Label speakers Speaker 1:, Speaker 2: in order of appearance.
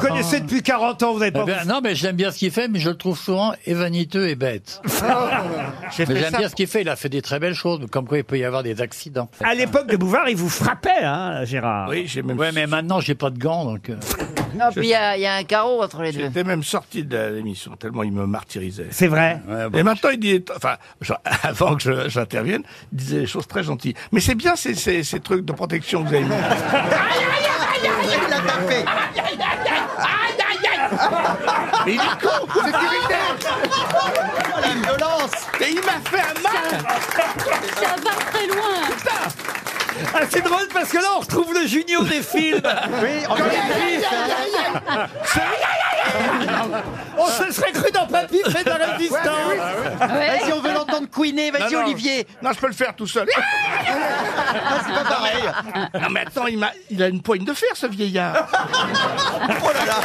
Speaker 1: connaissez depuis 40 ans, vous n'avez
Speaker 2: Eh
Speaker 1: pas...
Speaker 2: ben, non, mais j'aime bien ce qu'il fait, mais je le trouve souvent et vaniteux et bête.
Speaker 1: J'ai
Speaker 2: mais
Speaker 1: fait
Speaker 2: j'aime
Speaker 1: ça
Speaker 2: bien ce qu'il fait. Il a fait des très belles choses, comme quoi il peut y avoir des accidents.
Speaker 1: À l'époque de Bouvard, il vous frappait, hein, Gérard
Speaker 3: Oui, j'ai même,
Speaker 2: Ouais, mais maintenant j'ai pas de gants, donc. euh,
Speaker 4: Non, puis il y, a il y a un carreau entre les deux.
Speaker 3: j'étais même sorti de l'émission tellement il me martyrisait.
Speaker 1: C'est vrai
Speaker 3: Et maintenant, il dit, enfin, genre, avant que je- j'intervienne, il disait des choses très gentilles. Mais c'est bien ces, ces, ces trucs de protection que vous avez mis. Mais il est con, c'est irritaire.
Speaker 5: Oh,
Speaker 3: Et il m'a fait un mal.
Speaker 6: Ça va très loin.
Speaker 1: Ah, c'est drôle parce que là, on retrouve le junior des films. on se serait cru dans Papy fait de la résistance.
Speaker 5: Vas-y, on veut l'entendre couiner, Eh, vas-y
Speaker 3: Non, non.
Speaker 5: Olivier.
Speaker 3: Non, je peux le faire tout seul.
Speaker 5: Ah, C'est pas pareil.
Speaker 3: Non, mais attends, il, m'a- il a une poigne de fer, ce vieillard.
Speaker 5: Oh là là.